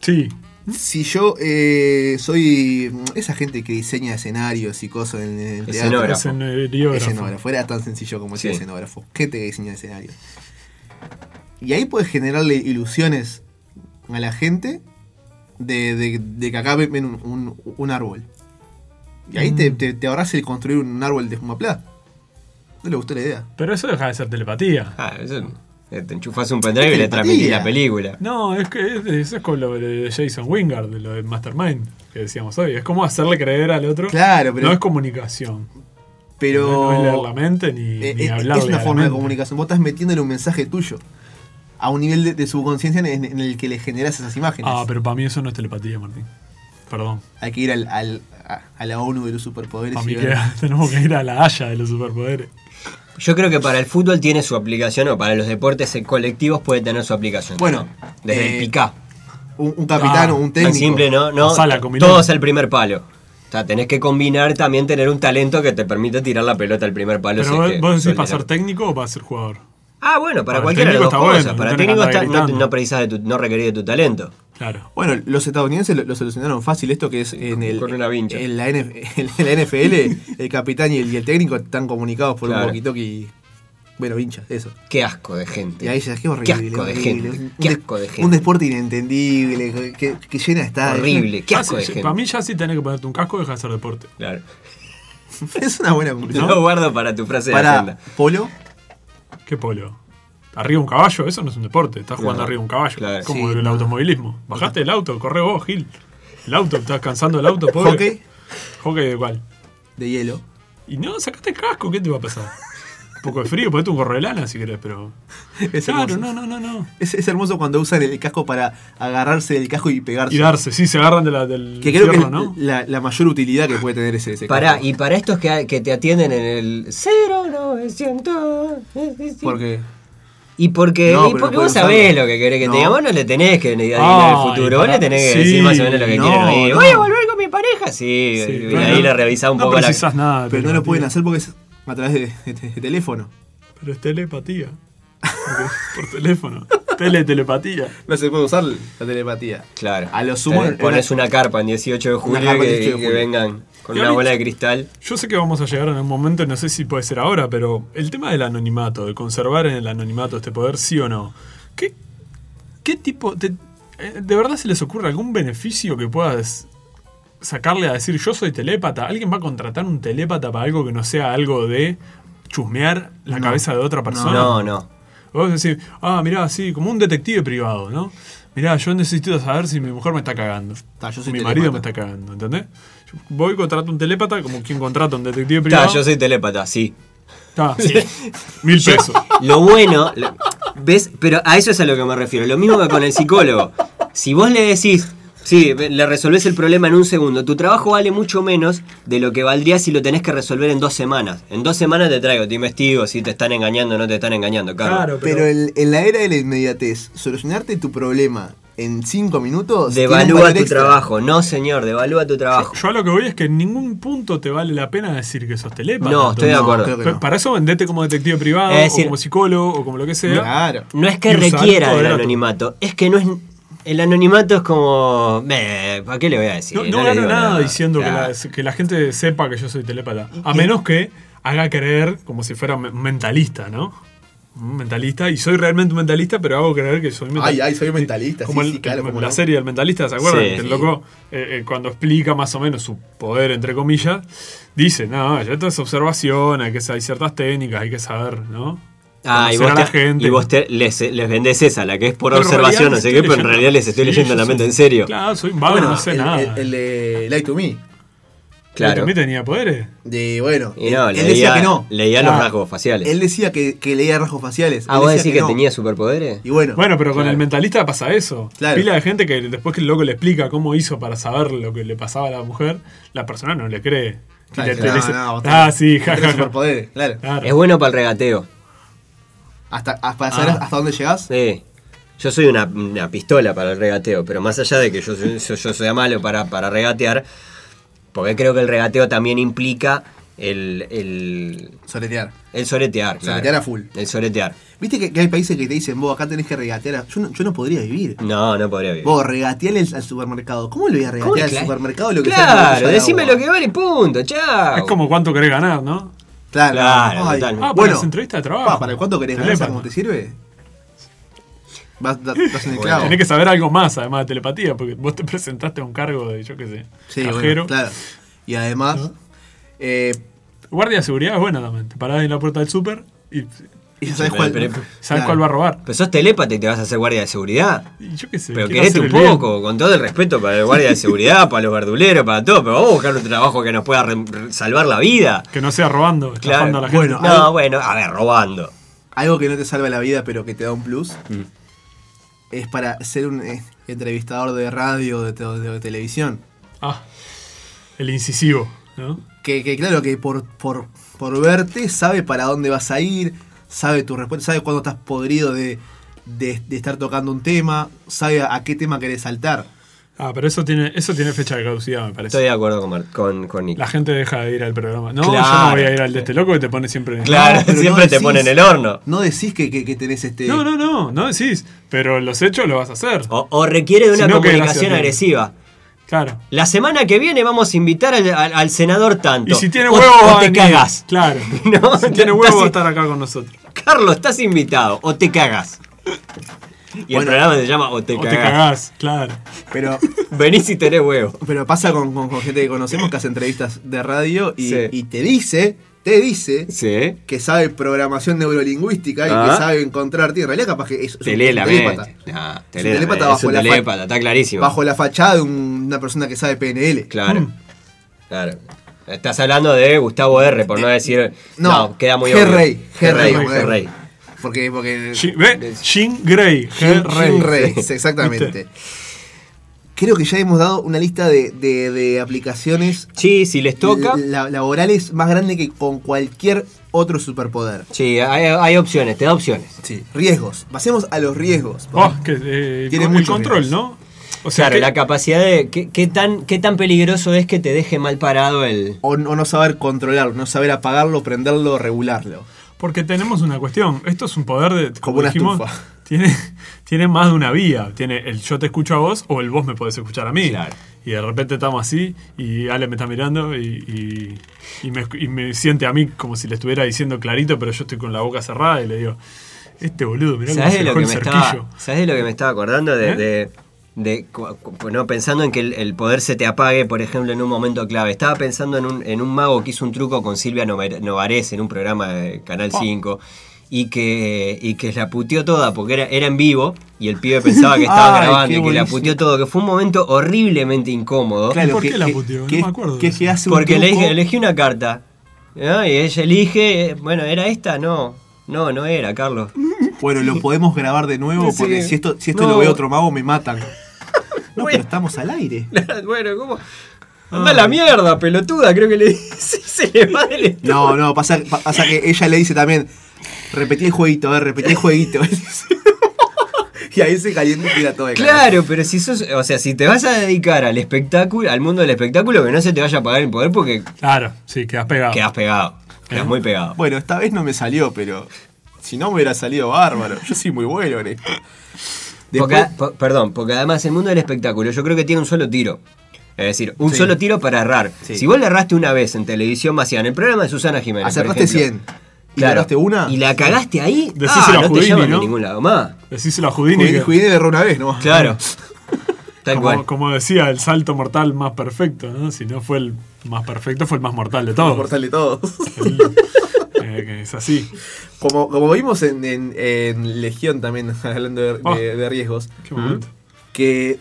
Sí.
Si yo eh, soy mm, esa gente que diseña escenarios y cosas en el teatro,
Escenógrafo.
Es en el biógrafo.
escenógrafo, era tan sencillo como decir
Sí.
escenógrafo, gente que diseña escenarios. Y ahí puedes generarle ilusiones a la gente de, de- de que acá ven un, un- un árbol. Y ahí
Mm.
te, te, te ahorras el construir un árbol de plata No le gustó la idea.
Pero eso deja de ser telepatía.
Ah, eso, eh, te enchufas un pendrive y le
Telepatía.
transmitís la película.
No, es que es- eso es con lo de Jason Wingard, de lo de Mastermind, que decíamos hoy. Es como hacerle creer al otro.
Claro, pero-
No es comunicación.
Pero
No es leer la mente ni,
Eh,
ni
eh,
hablarle
es una
a la
forma de
mente.
comunicación. Vos estás metiéndole un mensaje tuyo a un nivel de, de subconsciencia en, en el que le generas esas imágenes.
Ah, pero para mí eso no es telepatía, Martín. Perdón.
Hay que ir al, al- a, a la ONU de los superpoderes.
Para
y
mí
ver-
que tenemos que ir a la haya de los superpoderes.
Yo creo que para el fútbol tiene su aplicación, o para los deportes en colectivos puede tener su aplicación.
Bueno,
desde
eh,
el picá.
Un, un capitán
Ah,
o un
Tan
técnico.
simple, ¿no? no
Pasala, combiná.
todos al primer palo. O sea, tenés que combinar también tener un talento que te permite tirar la pelota al primer palo.
Pero
si es
vos,
que
vos decís
solés-
para ser técnico o para ser jugador.
Ah, bueno, para,
para el
cualquiera de las dos
técnico
cosas.
está bueno,
para
no
el
tenés
técnico
que andar
está- no,
gritando.
no precisás de tu, no requerís de tu talento.
Claro.
Bueno, los estadounidenses lo, lo solucionaron fácil esto que es en el
Con una vincha.
en la, NF en la NFL el capitán y el, y el técnico están comunicados por
Claro.
un poquito que bueno, vinchas, eso.
Qué asco de gente.
Y ahí ya, qué horrible.
Qué asco de
horrible.
gente.
Un
Qué
de-
asco de gente.
Un deporte inentendible, que, que- que llena está.
Horrible. Qué asco de gente.
para mí ya Ah, sí tenés que ponerte un casco y dejar de hacer deporte.
Claro.
Es una buena conclusión.
Lo guardo para tu frase de
Para este
agenda.
Polo,
¿Qué polo? Arriba un caballo, eso no es un deporte. Estás jugando
No.
arriba un caballo.
Claro,
como
sí,
el
no.
automovilismo. Bajaste del auto, corre vos, Gil. El auto, estás cansando el auto, pobre.
hockey
Hockey igual.
de hielo.
Y no, sacaste el casco, ¿qué te va a pasar? Un poco de frío, ponete un gorro de lana si querés, pero.
Es
Claro,
hermoso.
no, no, no, no.
Es, es hermoso cuando usan el casco para agarrarse del casco y pegarse.
Y darse, sí, se agarran de la, del
que creo que
fierro,
es
¿no?
la, la mayor utilidad que puede tener ese, ese
Pará,
casco.
y para estos que, que te atienden en el 0900.
Porque.
Y porque,
No,
y
pero
porque
no
vos
puede
sabés
usarlo.
lo que querés que
No.
te diga. Vos no le tenés que ni adivinar
Ay,
el futuro. Vos
pará.
le tenés que
Sí,
decir más o menos lo que
no,
quieren oír.
no.
Voy a volver con mi pareja. Sí,
Sí,
y
no,
ahí
no,
le revisás un poco
No
la.
precisás nada. de
Pero no lo
telepatía.
pueden hacer porque es a través de, de- de teléfono.
Pero es telepatía. Porque es Por teléfono. Teletelepatía.
No se puede usar la telepatía.
Claro.
A lo sumo,
Te
en
pones
la-
una carpa en 18 de julio,
carpa en
que,
18 de
que
julio.
vengan con
Y
una
ahorita-
bola de cristal.
Yo sé que vamos a llegar en un momento, no sé si puede ser ahora, pero el tema del anonimato, de conservar en el anonimato este poder, sí o no. ¿Qué, qué tipo de, eh, de verdad se les ocurre algún beneficio que puedas sacarle a decir yo soy telépata? ¿Alguien va a contratar un telépata para algo que no sea algo de chusmear la cabeza de otra persona?
No, no.
Vos decís, ah, mirá, sí, como un detective privado, ¿no? Mirá, yo necesito saber si mi mujer me está cagando.
Ta, yo soy
mi
telépata.
marido me está cagando, ¿entendés? Yo voy, contrato un telépata, como quien contrata un detective
Está,
privado.
yo soy telépata, sí.
Ta, sí. Mil pesos.
Lo bueno, lo- ¿ves? Pero a eso es a lo que me refiero. Lo mismo que con el psicólogo. Si vos le decís, sí, le resolvés el problema en un segundo, tu trabajo vale mucho menos de lo que valdría si lo tenés que resolver en dos semanas. En dos semanas te traigo, te investigo si te están engañando o no te están engañando, Carlos.
Claro,
Pero, en, en la era de la inmediatez, solucionarte tu problema en 5 minutos. tiene un
Devalúa
valor
tu
extra.
trabajo. No, señor, devalúa tu trabajo.
Yo a lo que voy es que en ningún punto te vale la pena decir que sos telépata.
No, estoy de
entonces.
acuerdo.
creo que
Pa- Para eso vendete como detective privado,
Es decir-
o como psicólogo, o como lo que sea.
Claro.
No es que
Y usar
requiera
todo
del
el dato.
anonimato, es que no es. El anonimato es como. "Meh, ¿Para qué le voy a decir?
No, no
le
gano
digo
nada, diciendo
Claro.
que, la, que la gente sepa que yo soy telépata. A menos que haga creer como si fuera me- un mentalista, ¿no? Un mentalista, y soy realmente un mentalista, pero hago creer que soy mentalista.
Ay, ay, soy mentalista.
Como
sí,
el-
sí, claro, como
la
no.
serie del mentalista, ¿se acuerdan?
Sí.
Que el loco, eh, eh, cuando explica más o menos su poder, entre comillas, dice, no, ya esto es observación, hay, que, sa- hay ciertas técnicas, hay que saber, ¿no?
Ah, y
Conocer
vos,
a la
te-
gente.
y vos te- les, les vendés esa, la que es por
Pero en
observación,
realidad
no sé
les
qué,
estoy
pero en
leyendo-
realidad les estoy
Sí,
leyendo
yo
la
soy-
mente en serio. Claro.
Claro, soy un vago, Ah, no sé
Ah, el,
nada.
el- el de Light to Me.
¿Pero también tenía poderes?
De, bueno.
Y no,
él,
leía,
él decía que no.
leía los
Claro.
rasgos faciales.
Él decía que, que leía rasgos faciales.
ah,
Él
vos
decía
decís que,
no.
tenía superpoderes.
Y bueno.
Bueno, pero con
Claro.
el mentalista pasa eso.
Claro.
Pila de gente que después que el loco le explica cómo hizo para saber lo que le pasaba a la mujer, la persona no le cree. Y
Claro,
le-
no,
le dice,
no, vos
ah,
tenés-
sí,
vos
jajaja.
tenés superpoderes, claro.
Es bueno para el regateo.
Hasta, hasta- para saber
Ah.
hasta dónde llegás.
Sí. Yo soy una, una pistola para el regateo, pero más allá de que yo, soy- yo, yo sea malo para, para regatear, porque creo que el regateo también implica el, el,
Soletear.
el soretear. claro.
Soretear a full.
El soretear.
Viste que, que hay países que te dicen, vos acá tenés que regatear. a- Yo no, yo no podría vivir.
No, no podría vivir.
Vos, regateale al, al supermercado. ¿Cómo le voy a
¿Cómo le
regatear al
cla-
supermercado lo que sea?
Claro,
botella de
decime
agua?
lo que vale, punto, chao.
Es como cuánto querés ganar, ¿no?
Claro,
Claro,
Ay,
totalmente.
Ah, para
bueno,
las entrevistas de trabajo.
pa, ¿para cuánto querés ganar?
Teléfono.
¿Cómo te sirve? Vas, da- vas en el
Bueno,
clavo.
Tenés que saber algo más, además de telepatía, porque vos te presentaste a un cargo de, yo qué sé,
Sí, bueno,
cajero. Ah.
claro. Y además, eh,
Guardia de seguridad es buena también. Te parás en la puerta del súper y
y ya sabes
pero-
cuál,
pero-
sabes
claro.
cuál va a robar.
Pero sos telépata y te vas a hacer guardia de seguridad.
Y yo qué sé.
Pero
quiero
querete
hacer
un
el bien.
poco, con todo el respeto para el guardia de seguridad, para los verduleros, para todo, pero vamos a buscar un trabajo que nos pueda re- re- salvar la vida.
Que no sea robando, estafando a la gente. Pues
Bueno,
no, bueno, ah. a ver, robando.
Algo que no te salva la vida, pero que te da un plus, es para ser un eh, entrevistador de radio o de, te- de televisión.
Ah, el incisivo, ¿no?
Que, que claro, que por, por, por verte sabe para dónde vas a ir, sabe tu respuesta, sabe cuándo estás podrido de, de- de estar tocando un tema, sabe a, a qué tema querés saltar.
Ah, pero eso tiene, eso tiene fecha de caducidad, me parece.
Estoy de acuerdo con, Mar- con, con Nick.
La gente deja de ir al programa. No, yo
Claro.
no voy a ir al de este loco que te pone siempre en
Claro,
pero
siempre te ponen el horno.
No decís que, que- que tenés este...
No, no, no, no decís. Pero los hechos lo vas a hacer.
O, o requiere de una
Si no, qué gracia
comunicación
tiene.
agresiva.
Claro.
La semana que viene vamos a invitar al, al- al senador tanto.
Y si tiene
O-
huevo,
o,
va a
te
venir.
cagas.
Claro.
No,
si tiene
no,
huevo, va
casi-
a estar acá con nosotros.
Carlos, estás invitado. O te cagas. Y el
Bueno.
programa se llama O te
o
cagas.
te cagás, claro.
Pero,
Venís y tenés huevo.
pero pasa con, con- con gente que conocemos que hace entrevistas de radio y,
Sí.
y te dice, te dice...
Sí. ¿eh?
que sabe programación neurolingüística y
Ajá.
que sabe encontrarte. Y en realidad, capaz que es, es
Te Ah. lee la mente.
telépata.
Nah, te
Es
lee
un
la
telépata
mente.
bajo
Es un
la fa-
telépata, está clarísimo.
Bajo Mm. la fachada de un- una persona que sabe PNL.
Claro. Claro. Estás hablando de Gustavo R, por no decir. No,
Eh, no,
queda muy
G. Rey, G.
obvio. G. Rey,
Rey,
G. Rey.
Porque, porque
Jean- ¿Ve? Jean Grey.
Jim-
G.
Jim Rey,
Rey.
exactamente.
¿Viste?
Creo que ya hemos dado una lista de, de- de aplicaciones
Sí, si les toca.
la- laborales más grande que con cualquier otro superpoder.
Sí, hay, hay opciones, te da opciones.
Sí. Riesgos. Pasemos a los riesgos.
Oh, que, eh,
Tiene
con- el
muchos
control,
riesgos.
¿no? O sea,
Claro,
que-
la capacidad de. ¿qué, qué tan, ¿Qué tan peligroso es que te deje mal parado el.
O, o no saber controlarlo, no saber apagarlo, prenderlo, regularlo.
Porque tenemos una cuestión. Esto es un poder de.
Como una estufa.
Tiene, tiene más de una vía. Tiene el yo te escucho a vos o el vos me podés escuchar a mí.
Claro.
Y de repente estamos así y Ale me está mirando y, y- y me, escu- y me siente a mí como si le estuviera diciendo clarito, pero yo estoy con la boca cerrada y le digo: Este boludo, mirá cómo
¿Sabes
se
de, lo
dejó
que
el
me estaba,
cerquillo.
¿Sabés de lo que me estaba acordando? De,
¿Eh?
de- de cu- cu- no, pensando en que el, el poder se te apague, por ejemplo, en un momento clave. Estaba pensando en un, en un mago que hizo un truco con Silvia Nova- Novares en un programa de Canal
Oh.
5 y que, y que la puteó toda porque era, era en vivo y el pibe pensaba que estaba
Ay,
grabando
qué
y que la
buenísimo.
puteó todo, que fue un momento horriblemente incómodo.
por qué la puteó? No me acuerdo
Que,
de
que
eso.
hace un
Porque le dije,
truco-
elegí una carta. ¿no? Y ella elige, eh, bueno, ¿era esta? No, no, no era, Carlos.
Bueno, lo podemos grabar de nuevo
Sí.
porque si esto, si esto
No.
lo ve otro mago me matan. No,
Bueno.
pero estamos al aire.
bueno, ¿cómo? Anda a la mierda, pelotuda, creo que le dice. Se le va del estudio.
No, no, pasa, pa- pasa que ella le dice también, repetí el jueguito, a ver, repetí el jueguito. y ahí se calienta y tira todo de cara.
Claro, pero si sos, o sea, si te vas a dedicar al espectáculo, al mundo del espectáculo, que no se te vaya a pagar el poder porque
Claro, sí, quedas pegado.
quedás pegado. Quedás muy pegado.
Bueno, esta vez no me salió, pero si no me hubiera salido bárbaro. Yo soy muy bueno en esto.
Porque-
Después-
po- perdón, porque además el mundo del espectáculo yo creo que tiene un solo tiro. Es decir, un
Sí.
solo tiro para errar.
Sí.
Si vos le erraste una vez en televisión masiva, en el programa de Susana Jiménez. por
Acertaste
ejemplo,
100. ¿Y le erraste una?
Y la cagaste ahí.
Decíselo
ah,
a
no te
Houdini,
llevan a
¿no?
ningún lado más.
Decíselo a Houdini.
Jugué,
que-
jugué de error una vez, ¿no?
Claro. Tal
como,
cual.
como decía, el salto mortal más perfecto, ¿no? Si no fue el más perfecto, fue el más mortal de todos.
Mortal de todos.
El- eh, que es así.
Como, como vimos en, en- en Legión también, hablando de,
Ah.
de- de riesgos,
Qué momento.
que,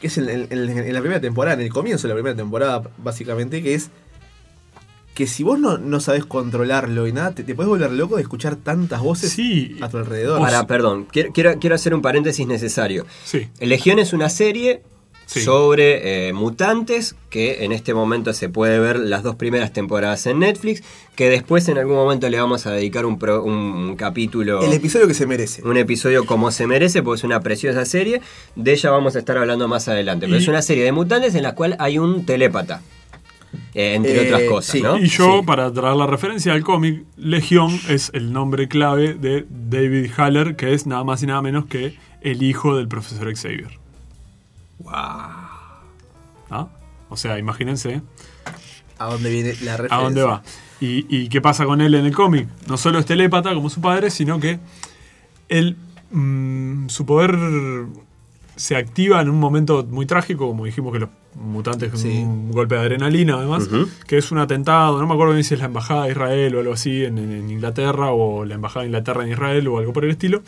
que es en, en- en- en la primera temporada, en el comienzo de la primera temporada, básicamente, que es que si vos no, no sabes controlarlo y nada, te, te puedes volver loco de escuchar tantas voces
Sí.
a tu alrededor.
Para, perdón, quiero, quiero, quiero hacer un paréntesis necesario.
Sí.
Legión es una serie
Sí.
sobre eh, mutantes que en este momento se puede ver las dos primeras temporadas en Netflix, que después en algún momento le vamos a dedicar un, pro- un capítulo...
El episodio que se merece.
un episodio como se merece, porque es una preciosa serie. De ella vamos a estar hablando más adelante. Pero
Y-
es una serie de mutantes en la cual hay un telépata, eh, entre
Eh,
otras cosas,
sí.
¿no?
Y yo,
Sí.
para traer la referencia al cómic, Legión es el nombre clave de David Haller, que es nada más y nada menos que el hijo del profesor Xavier. ¿Ah? O sea, imagínense
¿A dónde viene la referencia?
a dónde va. eh, ¿Y, y qué pasa con él en el cómic? No solo es telépata como su padre, sino que él, mm, su poder se activa en un momento muy trágico, como dijimos que los mutantes, con
Sí.
un golpe de adrenalina además, que es un atentado, no me acuerdo bien si es la embajada de Israel o algo así en, en- en Inglaterra, o la embajada de Inglaterra en Israel o algo por el estilo.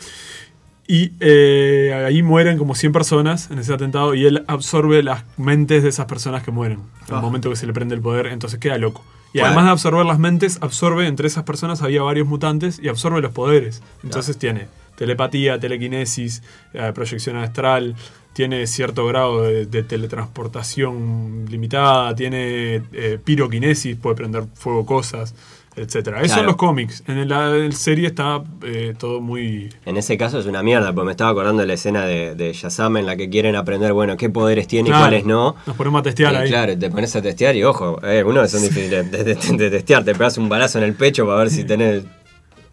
Y eh, ahí mueren como 100 personas en ese atentado y él absorbe las mentes de esas personas que mueren. En
Ah.
el momento que se le prende el poder, entonces queda loco. Y
Claro.
además de absorber las mentes, absorbe entre esas personas había varios mutantes y absorbe los poderes. Entonces tiene telepatía, telequinesis, eh, proyección astral, tiene cierto grado de, de teletransportación limitada, tiene eh, piroquinesis, puede prender fuego cosas, etcétera. Eso
Claro.
en los cómics. En la, en la serie está eh, todo muy
En ese caso es una mierda, porque me estaba acordando de la escena de, de Shazam en la que quieren aprender, bueno, qué poderes tiene
Claro,
y cuáles no.
Nos ponemos a testear
Y
ahí.
claro, te pones a testear y ojo, eh, algunos son difíciles de, de- de- de testear. Te pegas un balazo en el pecho para ver si tenés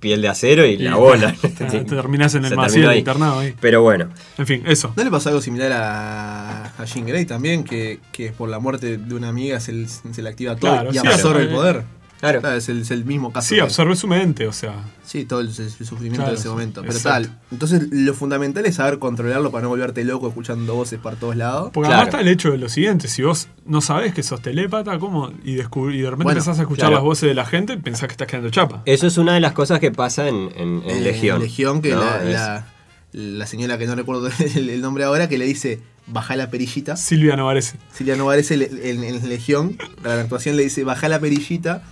piel de acero y, la
Y-
bola.
Te- terminás en el
Se
Maciel
terminó ahí.
internado ahí.
Pero bueno,
En fin, eso.
¿No le pasó algo similar a, a Jean Grey también? Que, que por la muerte de una amiga se, le- se le activa todo
Claro,
y
sí,
absorbe
claro.
el poder.
Claro.
es, el, es el mismo caso.
Sí,
que-
absorbe su mente, o sea.
Sí, todo el, el sufrimiento
Claro,
de ese
sí,
momento. Pero
exacto.
tal. Entonces, lo fundamental es saber controlarlo para no volverte loco escuchando voces por todos lados.
Porque
Claro.
además está el hecho de lo siguiente: si vos no sabés que sos telépata, ¿cómo? Y, descubrí- y de repente
Bueno,
empezás a escuchar
claro.
las voces de la gente, pensás que estás quedando chapa.
eso es una de las cosas que pasa en, en- en
Eh,
Legión.
que
¿no?
la,
Es-
la- la señora que no recuerdo el, el nombre ahora, que le dice, baja la perillita.
Silvia no parece.
Silvia Novares en, en- en Legión, para la actuación le dice, baja la perillita.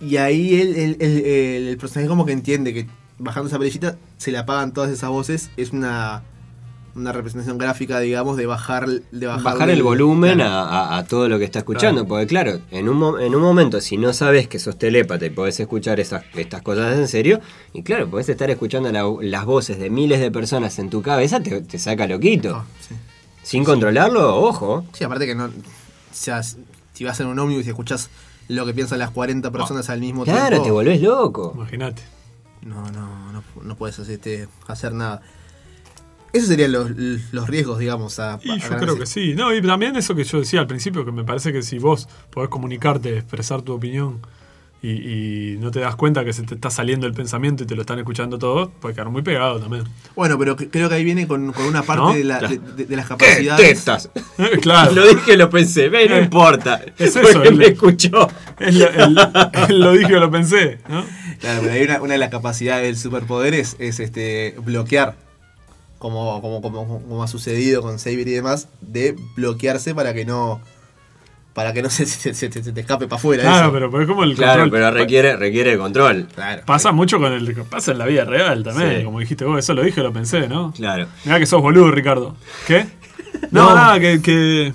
Y ahí él, él- él- él- el personaje como que entiende que bajando esa perillita se le apagan todas esas voces. Es una, una representación gráfica, digamos, de bajar, de bajar,
Bajar el volumen a, a- a todo lo que está escuchando, porque claro, en un, mo- en un momento, si no sabes que sos telépata y podés escuchar esas, estas cosas en serio, y claro, podés estar escuchando la- las voces de miles de personas en tu cabeza, te, te saca loquito.
Ah, sí.
Sin controlarlo, ojo.
Sí, aparte que no. O sea, si vas en un ómnibus y escuchás lo que piensan las
Ah.
40 personas al mismo
Claro,
tiempo.
te volvés loco.
Imagínate.
No, no, no, no puedes este, hacer nada. Esos serían los, los riesgos, digamos. A, a
Y yo
ganar
creo
ese-
que sí. No, y también eso que yo decía al principio, que me parece que si vos podés comunicarte, expresar tu opinión y, y no te das cuenta que se te está saliendo el pensamiento y te lo están escuchando todos, puede quedar muy pegado también.
Bueno, pero cre- creo que ahí viene con, con una parte
¿No?
de, la-
Claro.
de- de- de las
¡Qué
capacidades.
tetas!
claro.
Lo dije, lo pensé, ve, no
Eh,
importa.
es eso,
porque
el-
me escuchó.
Es lo, el- lo dije o lo pensé, ¿no?
Claro, pero hay una, una de las capacidades del superpoder es, es, este, bloquear. Como, como, como, como ha sucedido con Saber y demás, de bloquearse para que no. Para que no se, se- se- se- se te escape para afuera.
Claro,
eso.
pero pues como el
Claro,
control.
pero requiere, requiere control.
Claro.
Pasa mucho con el pasa en la vida real también,
Sí.
como dijiste vos, eso lo dije, lo pensé, ¿no?
Claro.
Mirá que sos boludo, Ricardo. ¿Qué? No,
No.
nada, que, que-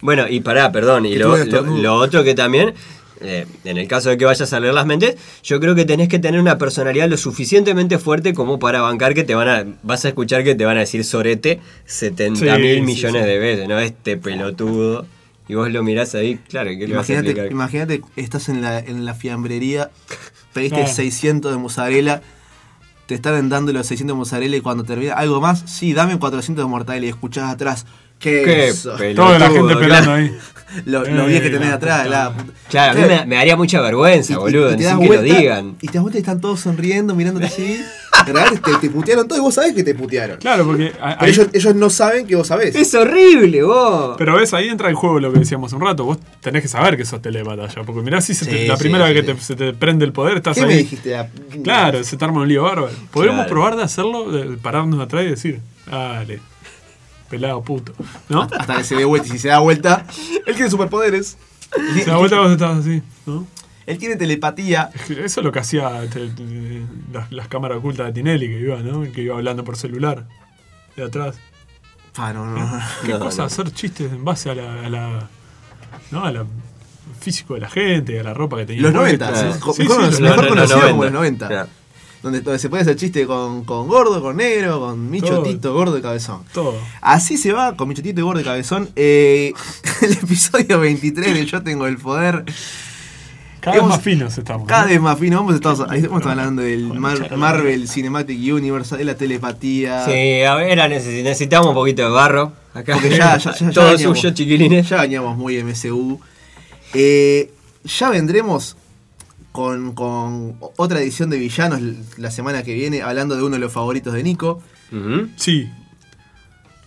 Bueno, y pará, perdón, y
Que
lo,
tuve
lo-
estornudo.
lo otro que también, eh, en el caso de que vayas a leer las mentes, yo creo que tenés que tener una personalidad lo suficientemente fuerte como para bancar que te van a, vas a escuchar que te van a decir sorete 70
Sí,
mil
sí,
millones
sí.
de veces, ¿no? Este pelotudo. Y vos lo mirás ahí, claro, ¿qué le vas a
Imagínate,
explicar?
imagínate, estás en la, en la fiambrería, pediste
Claro.
600 de mozzarella, te están dando los 600 de mozzarella y cuando termina algo más, sí, dame 400 de mortadela y escuchás atrás, ¿qué,
Qué
eso?
pelotudo.
toda la
Pelotudo,
gente peleando
claro.
ahí.
Lo- Los
Eh,
días que tenés
la
atrás,
puta.
la puta.
Claro, a mí me, me daría mucha vergüenza,
Y- y-
boludo,
y te
sin
das
que lo
vuelta,
digan.
Y te das vuelta y están todos sonriendo, mirándote así. En realidad te, te putearon todo y vos sabés que te putearon.
Claro, porque a-
Pero
ahí-
ellos, ellos no saben que vos sabés.
Es horrible, vos.
Pero ves, ahí entra en juego lo que decíamos un rato. Vos tenés que saber que sos telepata ya. Porque mirá, si se te-
Sí,
la
sí,
primera
sí,
vez que
sí.
te- se te prende el poder, estás
¿Qué
ahí.
me dijiste? La-
Claro, se te arma un lío bárbaro. Podríamos
Claro.
probar de hacerlo, de pararnos atrás y decir, dale, pelado puto. ¿No?
Hasta que se dé vuelta y si se da vuelta, él tiene superpoderes.
Se da vuelta vos estás así, ¿no?
Él tiene telepatía.
Eso es lo que hacía este, eh, las, las cámaras ocultas de Tinelli que iba, ¿no? Que iba hablando por celular. De atrás.
Ah, no, no, no.
Qué
No,
cosa
no.
hacer chistes en base a la. a la- ¿No? A la al físico de la gente, a la ropa que tenía.
Los ¿eh?
puesta.
90,
Sí,
¿sí? Co-
sí,
mejor
los
conocido, mejor
90.
conocido como los 90.
90. Claro.
Donde, donde se puede hacer chiste con, con gordo, con negro, con
Todo.
michotito, gordo y cabezón.
Todo.
Así se va con michotito y gordo y cabezón. eh, el episodio 23 de Yo Tengo el Poder.
Cada vez
Hemos-
más finos estamos.
Cada
¿no?
vez más fino. Vamos a estar, ahí estamos hablando del Mar-
charla.
Marvel Cinematic Universe, de la telepatía.
Sí, a ver, necesi- necesitamos un poquito de barro. Acá
Porque ya- ya- ya- ya
todo
veníamos.
suyo, chiquilines.
Ya veníamos muy MCU. Eh, ya vendremos con, con otra edición de villanos la semana que viene, hablando de uno de los favoritos de Nico.
Ujú.
Sí.